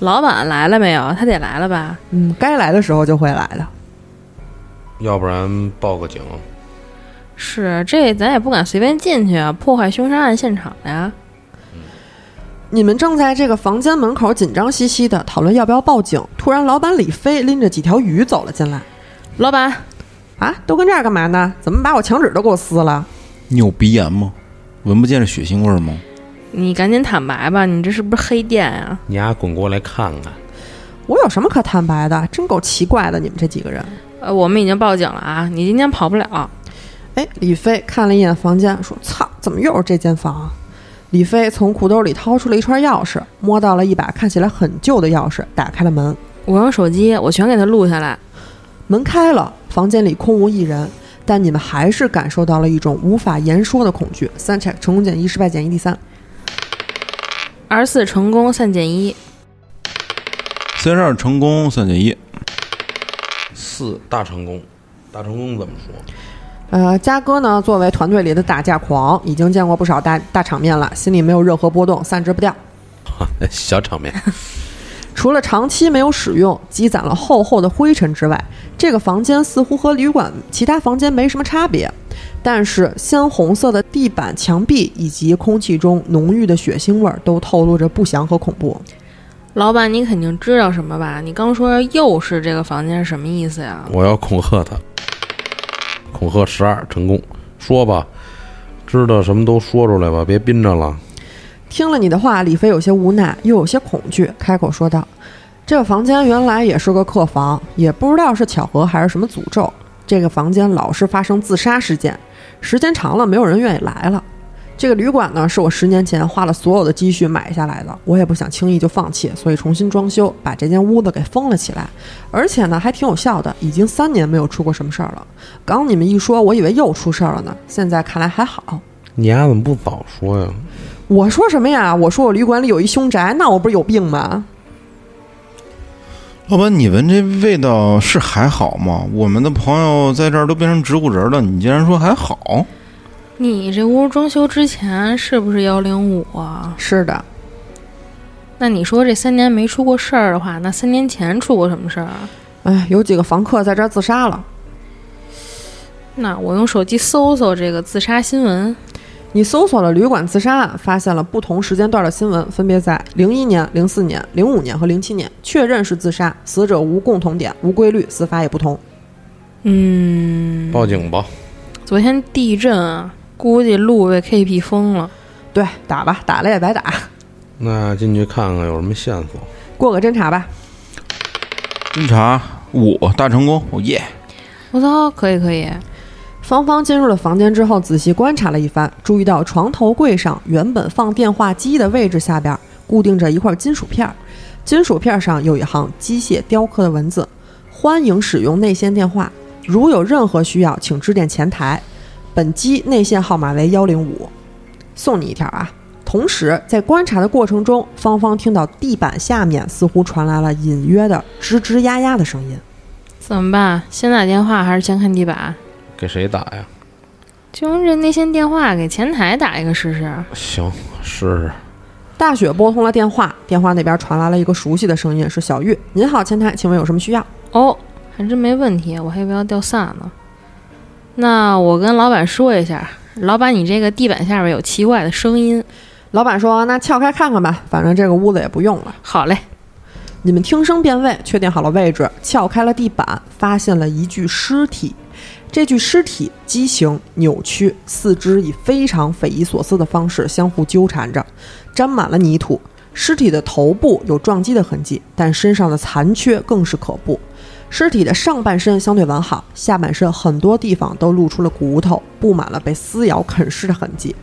老板来了没有？他得来了吧？
嗯，该来的时候就会来的。
要不然报个警。
是，这咱也不敢随便进去啊，破坏凶杀案现场的呀。
你们正在这个房间门口紧张兮兮的讨论要不要报警，突然老板李飞拎着几条鱼走了进来。
老板，
啊，都跟这儿干嘛呢？怎么把我墙纸都给我撕了？
你有鼻炎吗？闻不见这血腥味儿吗？
你赶紧坦白吧，你这是不是黑店呀、
你丫滚过来看看，
我有什么可坦白的？真够奇怪的，你们这几个人。
呃，我们已经报警了啊，你今天跑不了。
哎，李飞看了一眼房间，说：“操，怎么又是这间房啊？”李飞从裤兜里掏出了一串钥匙，摸到了一把看起来很旧的钥匙，打开了门。
我用手机，我全给他录下来。
门开了，房间里空无一人，但你们还是感受到了一种无法言说的恐惧。三 check 成功减一，失败减一，第三。
二十四成功，三减一。
三十二成功，三减一。
四大成功，大成功怎么说？ <laughs>
呃，嘉哥呢，作为团队里的打架狂，已经见过不少大大场面了，心里没有任何波动，散值不掉。
小场面，
除了长期没有使用、积攒了厚厚的灰尘之外，这个房间似乎和旅馆其他房间没什么差别。但是鲜红色的地板、墙壁以及空气中浓郁的血腥味儿，都透露着不祥和恐怖。
老板，你肯定知道什么吧？你刚说又是这个房间是什么意思呀？
我要恐吓他，恐吓十二成功，说吧，知道什么都说出来吧，别憋着了。
听了你的话，李飞有些无奈，又有些恐惧，开口说道：“这个房间原来也是个客房，也不知道是巧合还是什么诅咒。这个房间老是发生自杀事件，时间长了，没有人愿意来了。这个旅馆呢，是我十年前花了所有的积蓄买下来的，我也不想轻易就放弃，所以重新装修，把这间屋子给封了起来。而且呢，还挺有效的，已经三年没有出过什么事儿了。刚你们一说，我以为又出事儿了呢，现在看来还好。
你丫怎么不早说呀？
我说什么呀？我说我旅馆里有一凶宅，那我不是有病吗？
老板，你闻这味道是还好吗？我们的朋友在这儿都变成植物人了，你竟然说还好？
你这屋装修之前是不是幺零五啊？
是的，
那你说这三年没出过事儿的话，那三年前出过什么事儿啊？
哎，有几个房客在这儿自杀了。
那我用手机搜搜这个自杀新闻，
你搜索了旅馆自杀案，发现了不同时间段的新闻，分别在零一年、零四年、零五年和零七年，确认是自杀，死者无共同点、无规律，死法也不同。
报警吧，
昨天地震啊，估计路被 KP 封了。
对，打吧，打了也白打，
那进去看看有什么线索。
过个侦查吧。
侦查五大成功，哦耶！
我操，可以可以，
芳芳进入了房间之后，仔细观察了一番，注意到床头柜上原本放电话机的位置下边固定着一块金属片儿，金属片儿上有一行机械雕刻的文字：“欢迎使用内线电话，如有任何需要，请致电前台，本机内线号码为幺零五。”送你一条啊！同时，在观察的过程中，芳芳听到地板下面似乎传来了隐约的吱吱呀呀的声音。
怎么办？先打电话还是先看地板？
给谁打呀？
就用这内线电话给前台打一个试试。
行，试试。
大雪拨通了电话，电话那边传来了一个熟悉的声音，是小玉。您好，前台，请问有什么需要？
哦，还真没问题，我还以为要掉散呢。那我跟老板说一下，老板，你这个地板下边有奇怪的声音。
老板说：“那撬开看看吧，反正这个屋子也不用了。
好嘞，”
你们听声辨位，确定好了位置，撬开了地板，发现了一具尸体。这具尸体畸形扭曲，四肢以非常匪夷所思的方式相互纠缠着，沾满了泥土。尸体的头部有撞击的痕迹，但身上的残缺更是可怖。尸体的上半身相对完好，下半身很多地方都露出了骨头，布满了被撕咬啃噬的痕迹。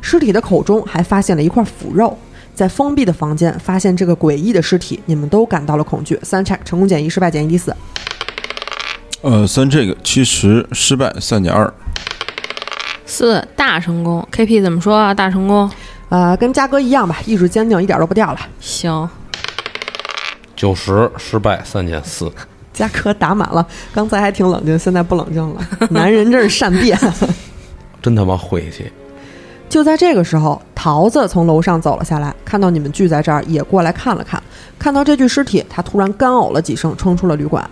尸体的口中还发现了一块腐肉。在封闭的房间发现这个诡异的尸体，你们都感到了恐惧。三 check 成功减一，失败减一，第四。
呃，三这个七十失败，三减二。
四大成功，KP 怎么说啊？大成功，
呃，跟嘉哥一样吧，意志坚定，一点都不掉了。
行，
九十失败，三减四。
嘉哥打满了，刚才还挺冷静，现在不冷静了。男人真是善变。
真他妈晦气！
就在这个时候，桃子从楼上走了下来，看到你们聚在这儿，也过来看了看。看到这具尸体，他突然干呕了几声，冲出了旅馆。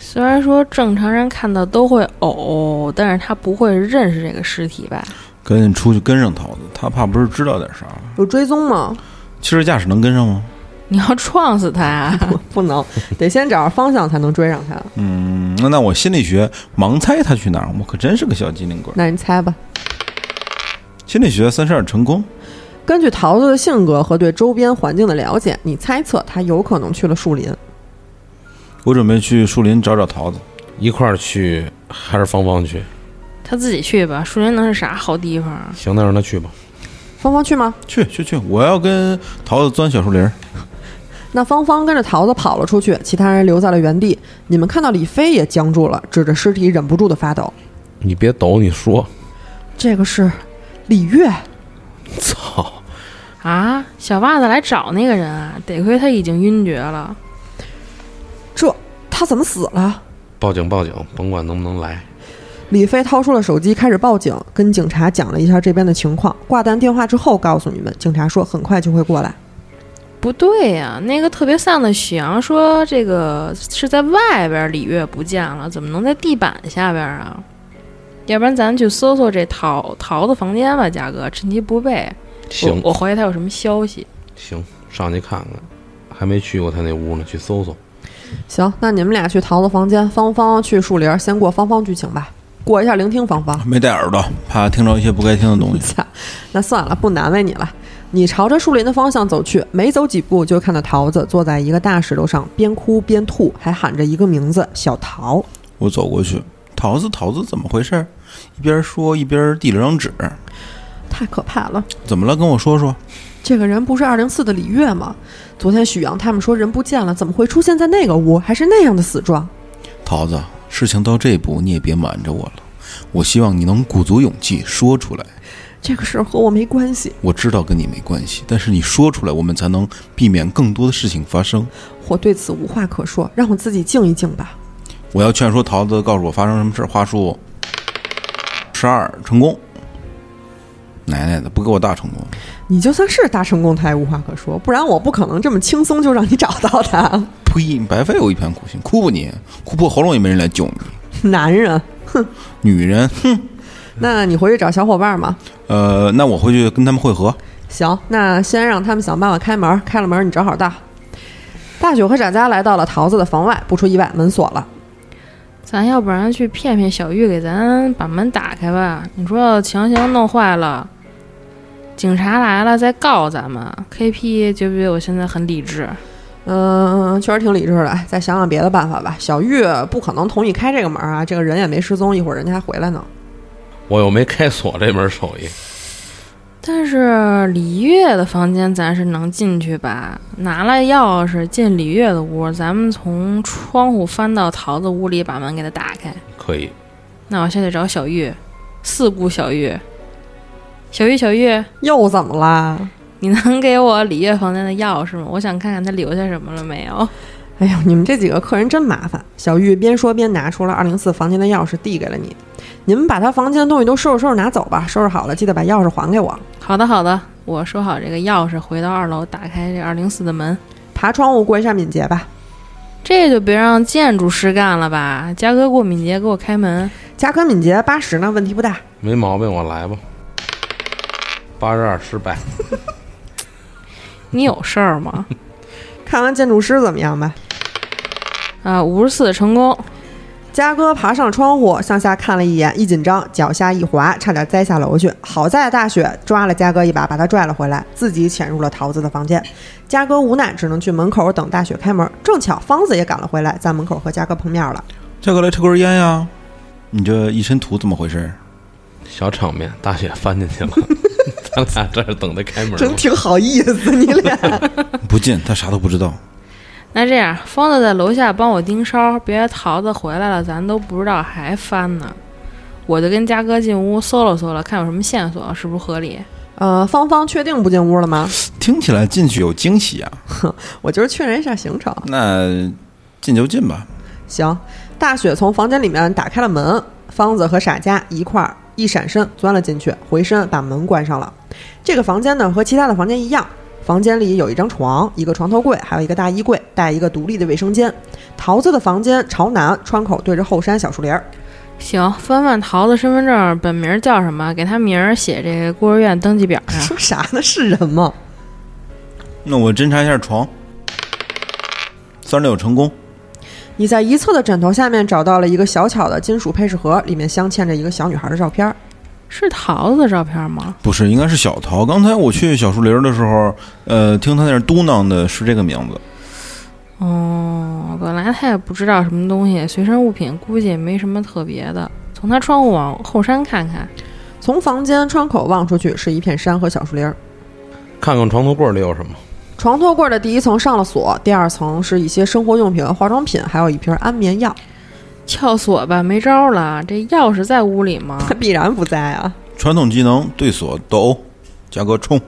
虽然说正常人看到都会呕，但是他不会认识这个尸体吧？
赶紧出去跟上桃子，他怕不是知道点啥？
有追踪吗？
汽车驾驶能跟上吗？
你要撞死他啊！
不，不能，得先找着方向才能追上他。
嗯，那那我心理学盲猜他去哪儿，我可真是个小机灵鬼。
那你猜吧。
心理学三十二成功，
根据桃子的性格和对周边环境的了解，你猜测他有可能去了树林。
我准备去树林找找桃子。
一块儿去还是芳芳去？
他自己去吧，树林能是啥好地方啊？
行，那让他去吧。
芳芳去吗？
去去去，我要跟桃子钻小树林儿。
那芳芳跟着桃子跑了出去，其他人留在了原地。你们看到李飞也僵住了，指着尸体忍不住的发抖。
你别抖，你说，
这个是李月，
操！
啊，小袜子来找那个人啊，得亏他已经晕厥了。
这他怎么死了？
报警报警，甭管能不能来。
李飞掏出了手机，开始报警，跟警察讲了一下这边的情况。挂断电话之后，告诉你们，警察说很快就会过来。
不对呀、那个特别丧的许阳说，这个是在外边，李月不见了，怎么能在地板下边啊？要不然咱去搜搜这桃桃子房间吧，嘉哥，趁其不备。
行
我，我怀疑他有什么消息。
行，上去看看，还没去过他那屋呢，去搜搜。
行，那你们俩去桃子房间，芳芳去树林儿，先过芳芳剧情吧，过一下聆听芳芳。
没戴耳朵，怕听着一些不该听的东西。
操， <laughs> 那算了，不难为你了。你朝着树林的方向走去，没走几步就看到桃子坐在一个大石头上，边哭边吐，还喊着一个名字——小桃。
我走过去，桃子，桃子，怎么回事？一边说一边递了张纸，
太可怕了！
怎么了？跟我说说。
这个人不是二零四的李月吗？昨天许阳他们说人不见了，怎么会出现在那个屋，还是那样的死状？
桃子，事情到这步，你也别瞒着我了。我希望你能鼓足勇气说出来。
这个事儿和我没关系，
我知道跟你没关系，但是你说出来，我们才能避免更多的事情发生。
我对此无话可说，让我自己静一静吧。
我要劝说桃子告诉我发生什么事儿。话术十二成功，奶奶的，不给我大成功。
你就算是大成功，他也无话可说，不然我不可能这么轻松就让你找到他。 <laughs>
呸！你白费我一片苦心，哭吧你，哭破喉咙也没人来救你。
男人，
女人，
那你回去找小伙伴嘛。
呃，那我回去跟他们会合。
行，那先让他们想办法开门，开了门你正好到。大雪和展家来到了桃子的房外，不出意外，门锁了。
咱要不然去骗骗小玉，给咱把门打开吧。你说强行弄坏了，警察来了再告咱们，KP 觉不觉得我现在很理智？
嗯、确实挺理智的，再想想别的办法吧。小玉不可能同意开这个门啊，这个人也没失踪，一会儿人家还回来呢。
我又没开锁这门手艺，
但是李月的房间咱是能进去吧？拿了钥匙进李月的屋，咱们从窗户翻到桃子屋里，把门给他打开。
可以。
那我先得找小玉，四顾小玉，小玉，小玉，
又怎么啦？
你能给我李月房间的钥匙吗？我想看看他留下什么了没有。
哎呦，你们这几个客人真麻烦。小玉边说边拿出了二零四房间的钥匙，递给了你。你们把他房间的东西都收拾收拾拿走吧，收拾好了记得把钥匙还给我。
好的，好的，我收好这个钥匙，回到二楼，打开这二零四的门。
爬窗户过一下敏捷吧。
这就别让建筑师干了吧，嘉哥过敏捷给我开门。
加科敏捷八十呢，问题不大。
没毛病，我来吧。八十二失败，
你有事儿吗？
看完建筑师怎么样吧。
啊，五十四成功，
嘉哥爬上窗户，向下看了一眼，一紧张脚下一滑，差点栽下楼去。好在大雪抓了嘉哥一把，把他拽了回来，自己潜入了桃子的房间。嘉哥无奈，只能去门口等大雪开门。正巧方子也赶了回来，在门口和嘉哥碰面了。
叫过来抽根烟呀。你这一身土怎么回事？
小场面，大雪翻进去了。咱俩这儿等他开门
真
吗，
挺好意思，你俩。
不进，他啥都不知道。
那这样，疯子在楼下帮我盯梢，别桃子回来了，咱都不知道还翻呢。我就跟嘉哥进屋搜了搜了，看有什么线索，是不是合理？
呃，芳芳确定不进屋了吗？
听起来进去有惊喜啊。
我就是确认一下行程。
那进就进吧。
行，大雪从房间里面打开了门，方子和傻家一块儿一闪身钻了进去，回身把门关上了。这个房间呢和其他的房间一样，房间里有一张床、一个床头柜，还有一个大衣柜，带一个独立的卫生间。桃子的房间朝南，窗口对着后山小树林儿。
行，翻翻桃子身份证本名叫什么，给他名儿写这个孤儿院登记表啊上。
<laughs> 说啥呢？是人吗？
那我侦查一下床，三六成功。
你在一侧的枕头下面找到了一个小巧的金属配饰盒，里面镶嵌着一个小女孩的照片儿。
是桃子的照片吗？
不是，应该是小桃。刚才我去小树林的时候，呃，听他那儿嘟囔的是这个名字。
哦，本来他也不知道什么东西，随身物品估计也没什么特别的。从他窗户往后山看看，
从房间窗口望出去是一片山和小树林儿。
看看床头柜里有什么。
床头柜的第一层上了锁，第二层是一些生活用品、化妆品，还有一瓶安眠药。
撬锁吧，没招儿了。这钥匙在屋里吗？ <laughs>
他 <laughs> 必然不在啊！
传统技能对锁斗殴，价格冲，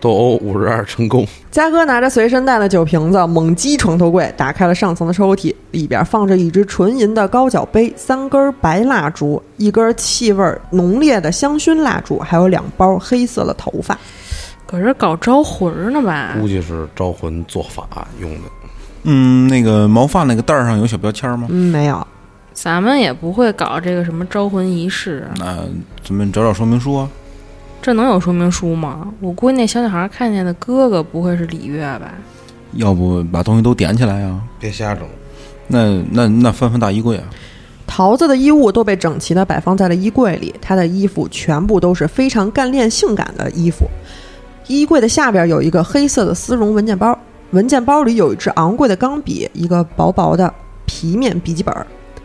斗殴五十二成功，
嘉哥拿着随身带的酒瓶子猛击床头柜，打开了上层的抽屉，里边放着一只纯银的高脚杯、三根白蜡烛、一根气味浓烈的香薰蜡烛，还有两包黑色的头发。
搁这搞招魂儿呢吧？
估计是招魂做法用的。
嗯，那个毛发那个袋儿上有小标签吗？
嗯，没有，
咱们也不会搞这个什么招魂仪式，
那咱们找找说明书啊。
这能有说明书吗？我估计那小女孩看见的哥哥不会是李月吧？
要不把东西都点起来啊？
别瞎整，
那那那翻翻大衣柜啊！
桃子的衣物都被整齐地摆放在了衣柜里，她的衣服全部都是非常干练、性感的衣服。衣柜的下边有一个黑色的丝绒文件包，文件包里有一支昂贵的钢笔，一个薄薄的皮面笔记本。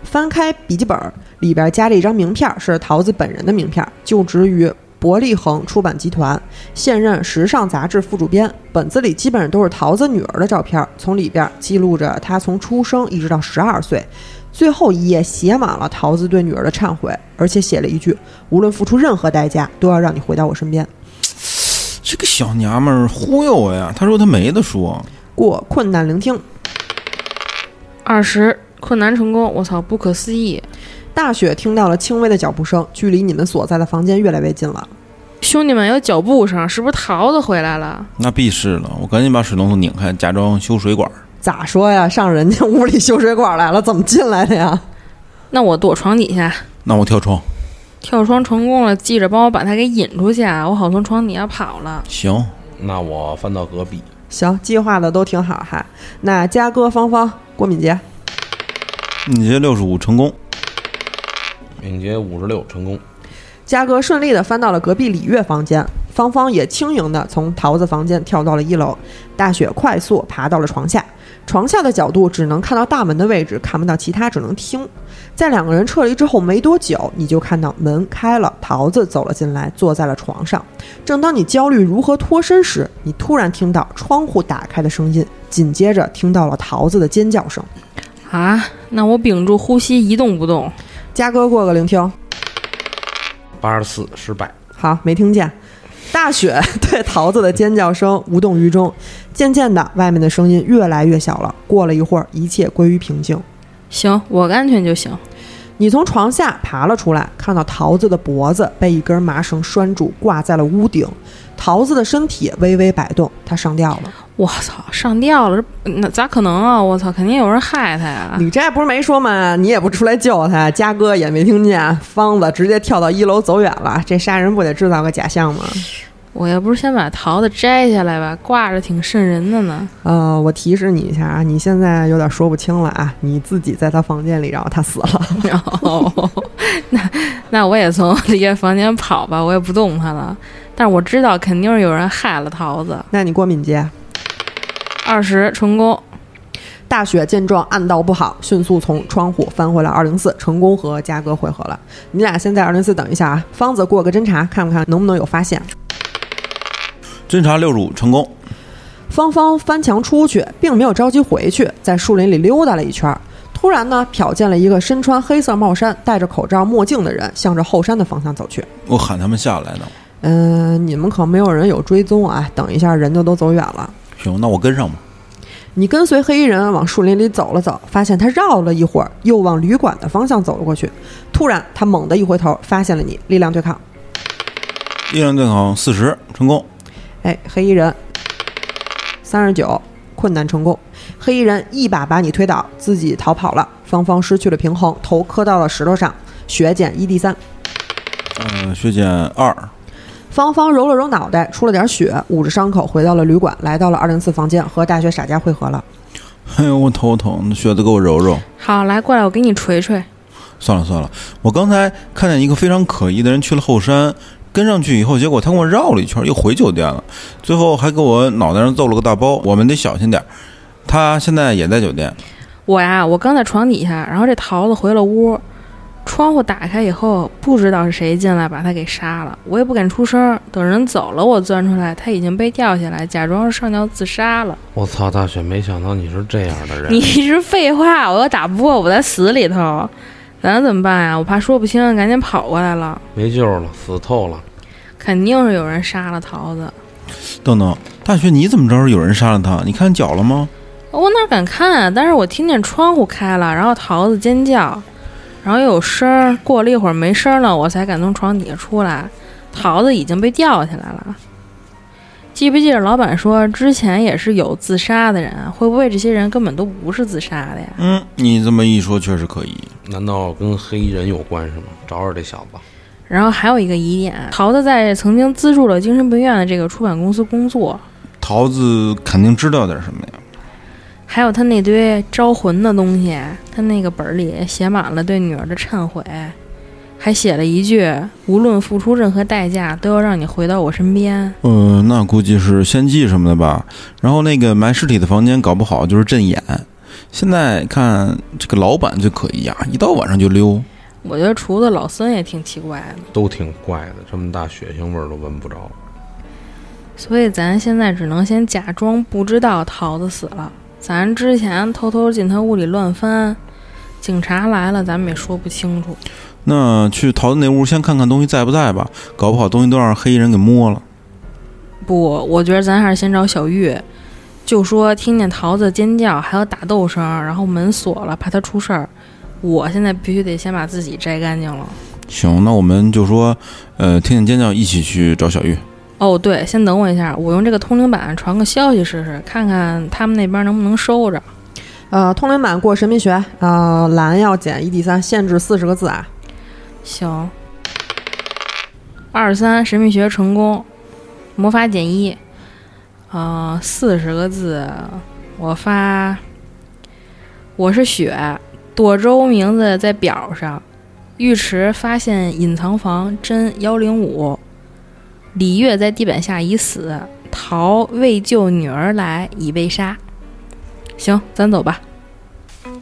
翻开笔记本，里边夹着一张名片，是桃子本人的名片，就职于伯利恒出版集团，现任时尚杂志副主编。本子里基本上都是桃子女儿的照片，从里边记录着她从出生一直到十二岁。最后一页写满了桃子对女儿的忏悔，而且写了一句：“无论付出任何代价，都要让你回到我身边。
这个小娘们儿忽悠我呀！她说她没得说，”
过困难聆听。
二十困难成功，我操，不可思议！
大雪听到了轻微的脚步声，距离你们所在的房间越来越近了。
兄弟们有脚步声，是不是桃子回来了？
那必是了。我赶紧把水龙头拧开，假装修水管儿。
咋说呀？上人家屋里修水管来了，怎么进来的呀？
那我躲床底下，
那我跳窗，
跳窗成功了，记着帮我把他给引出去啊！我好从床底下跑了。
行，
那我翻到隔壁，
行，计划的都挺好哈。那嘉哥、芳芳、郭敏杰，
你这六十五成功，
敏捷五十六成功，
嘉哥顺利的翻到了隔壁李月房间，芳芳也轻盈的从桃子房间跳到了一楼。大雪快速爬到了床下，床下的角度只能看到大门的位置，看不到其他，只能听。在两个人撤离之后没多久，你就看到门开了，桃子走了进来，坐在了床上。正当你焦虑如何脱身时，你突然听到窗户打开的声音，紧接着听到了桃子的尖叫声。
啊，那我屏住呼吸一动不动。
嘉哥过个聆听。
八十四失败。
好，没听见。大雪 <laughs> 对桃子的尖叫声无动于衷。渐渐的，外面的声音越来越小了。过了一会儿，一切归于平静。
行，我安全就行。
你从床下爬了出来，看到桃子的脖子被一根麻绳拴住，挂在了屋顶。桃子的身体微微摆动，她上吊了。
我操，上吊了！这那咋可能啊！我操，肯定有人害他呀！
你这不是没说吗？你也不出来救她，嘉哥也没听见，方子直接跳到一楼走远了。这杀人不得制造个假象吗？
我要不是先把桃子摘下来吧，挂着挺瘆人的呢。 <laughs>
呃，我提示你一下啊，你现在有点说不清了啊，你自己在他房间里，然后他死了。
哦，那那我也从李月房间跑吧，我也不动他了。但是我知道肯定是有人害了桃子。
那你过敏捷。
二十成功，
大雪见状暗道不好，迅速从窗户翻回来二零四，成功和嘉哥汇合了。你俩先在二零四等一下啊，方子过个侦查，看不看能不能有发现。
侦查六十五成功，
芳芳翻墙出去，并没有着急回去，在树林里溜达了一圈儿。突然呢，瞟见了一个身穿黑色帽衫、戴着口罩、墨镜的人，向着后山的方向走去。
我喊他们下来呢。
嗯、你们可没有人有追踪啊！等一下，人就都走远了。
行，那我跟上吧。
你跟随黑衣人往树林里走了走，发现他绕了一会儿，又往旅馆的方向走了过去。突然，他猛地一回头，发现了你，力量对抗。
力量对抗四十成功，
哎，黑衣人三十九，困难成功。黑衣人一把把你推倒，自己逃跑了。芳芳失去了平衡，头磕到了石头上，血减一 d 三。
呃，血减二， <laughs>
芳芳揉了揉脑袋，出了点血，捂着伤口回到了旅馆，来到了二零四房间，和大学傻家汇合了。
哎呦，我头疼，血子给我揉揉。
好，来过来，我给你捶捶。
算了算了，我刚才看见一个非常可疑的人去了后山，跟上去以后，结果他给我绕了一圈，又回酒店了，最后还给我脑袋上揍了个大包。我们得小心点儿。他现在也在酒店，
我呀，我刚在床底下，然后这桃子回了屋，窗户打开以后，不知道是谁进来把他给杀了，我也不敢出声。等人走了，我钻出来，他已经被吊起来，假装是上吊自杀了。
我操，大雪，没想到你是这样的人。
你是废话，我要打不过，我在死里头，咱怎么办呀？我怕说不清，赶紧跑过来了，
没救了，死透了。
肯定是有人杀了桃子。
等等，大学你怎么知道有人杀了他？你看脚了吗？
我哪敢看啊！但是我听见窗户开了，然后桃子尖叫，然后又有声儿。过了一会儿没声儿了，我才敢从床底下出来。桃子已经被吊起来了。记不记得老板说之前也是有自杀的人？啊会不会这些人根本都不是自杀的呀？
嗯，你这么一说确实可疑。
难道跟黑衣人有关是吗？找找这小子。
然后还有一个疑点，啊桃子在曾经资助了精神病院的这个出版公司工作，
桃子肯定知道点什么呀？
还有他那堆招魂的东西，他那个本儿里写满了对女儿的忏悔，还写了一句：“无论付出任何代价，都要让你回到我身边。
呃，那估计是献祭什么的吧。然后那个埋尸体的房间，搞不好就是阵眼。现在看这个老板最可疑啊，一到晚上就溜。”
我觉得厨子老孙也挺奇怪的，
都挺怪的，这么大血腥味儿都闻不着。
所以咱现在只能先假装不知道桃子死了。咱之前偷偷进他屋里乱翻，警察来了，咱们也说不清楚。
那去桃子那屋先看看东西在不在吧，搞不好东西都让黑衣人给摸了。
不，我觉得咱还是先找小玉，就说听见桃子尖叫，还有打斗声，然后门锁了，怕她出事儿。我现在必须得先把自己摘干净了。
行，那我们就说，呃，听见尖叫一起去找小玉。
哦，对，先等我一下，我用这个通灵板传个消息试试，看看他们那边能不能收着。
呃，通灵版过神秘学啊、呃，蓝要减一 d 三，限制四十个字啊。
行，二三神秘学成功，魔法减一，啊、呃，四十个字，我发，我是雪，朵州名字在表上，浴池发现隐藏房真幺零五，李月在地板下已死，逃为救女儿来已被杀，行，咱走吧。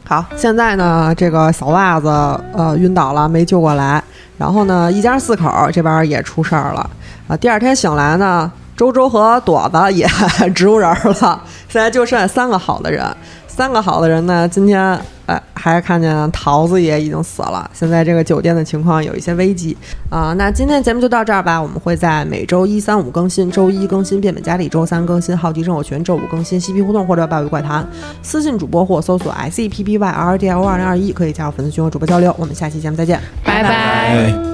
好，现在呢，这个小袜子呃晕倒了，没救过来。然后呢，一家四口这边也出事儿了啊、第二天醒来呢，周周和朵子也植物人儿啊了，现在就剩三个好的人。三个好的人呢，今天哎还看见桃子也已经死了。现在这个酒店的情况有一些危机啊、那今天节目就到这儿吧，我们会在每周一、三、五更新，周一更新《变本加厉》，周三更新《好奇症候群》，周五更新《嬉皮互动》或者《百味怪谈》。私信主播或搜索 S E P P Y R D L O 二零二一，可以加入粉丝群和主播交流。我们下期节目再见。
拜拜
哎。